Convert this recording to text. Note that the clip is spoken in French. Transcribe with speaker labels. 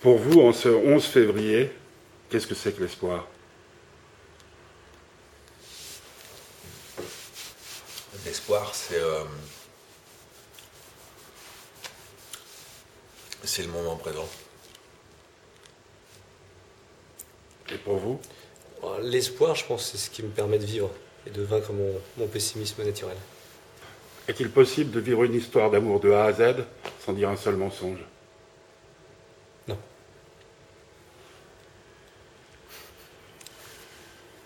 Speaker 1: Pour vous, en ce 11 février, qu'est-ce que c'est que l'espoir
Speaker 2: L'espoir, c'est. euh, c'est le moment présent.
Speaker 1: Et pour vous
Speaker 3: Bon, L'espoir, je pense, c'est ce qui me permet de vivre et de vaincre mon, mon pessimisme naturel.
Speaker 1: Est-il possible de vivre une histoire d'amour de A à Z sans dire un seul mensonge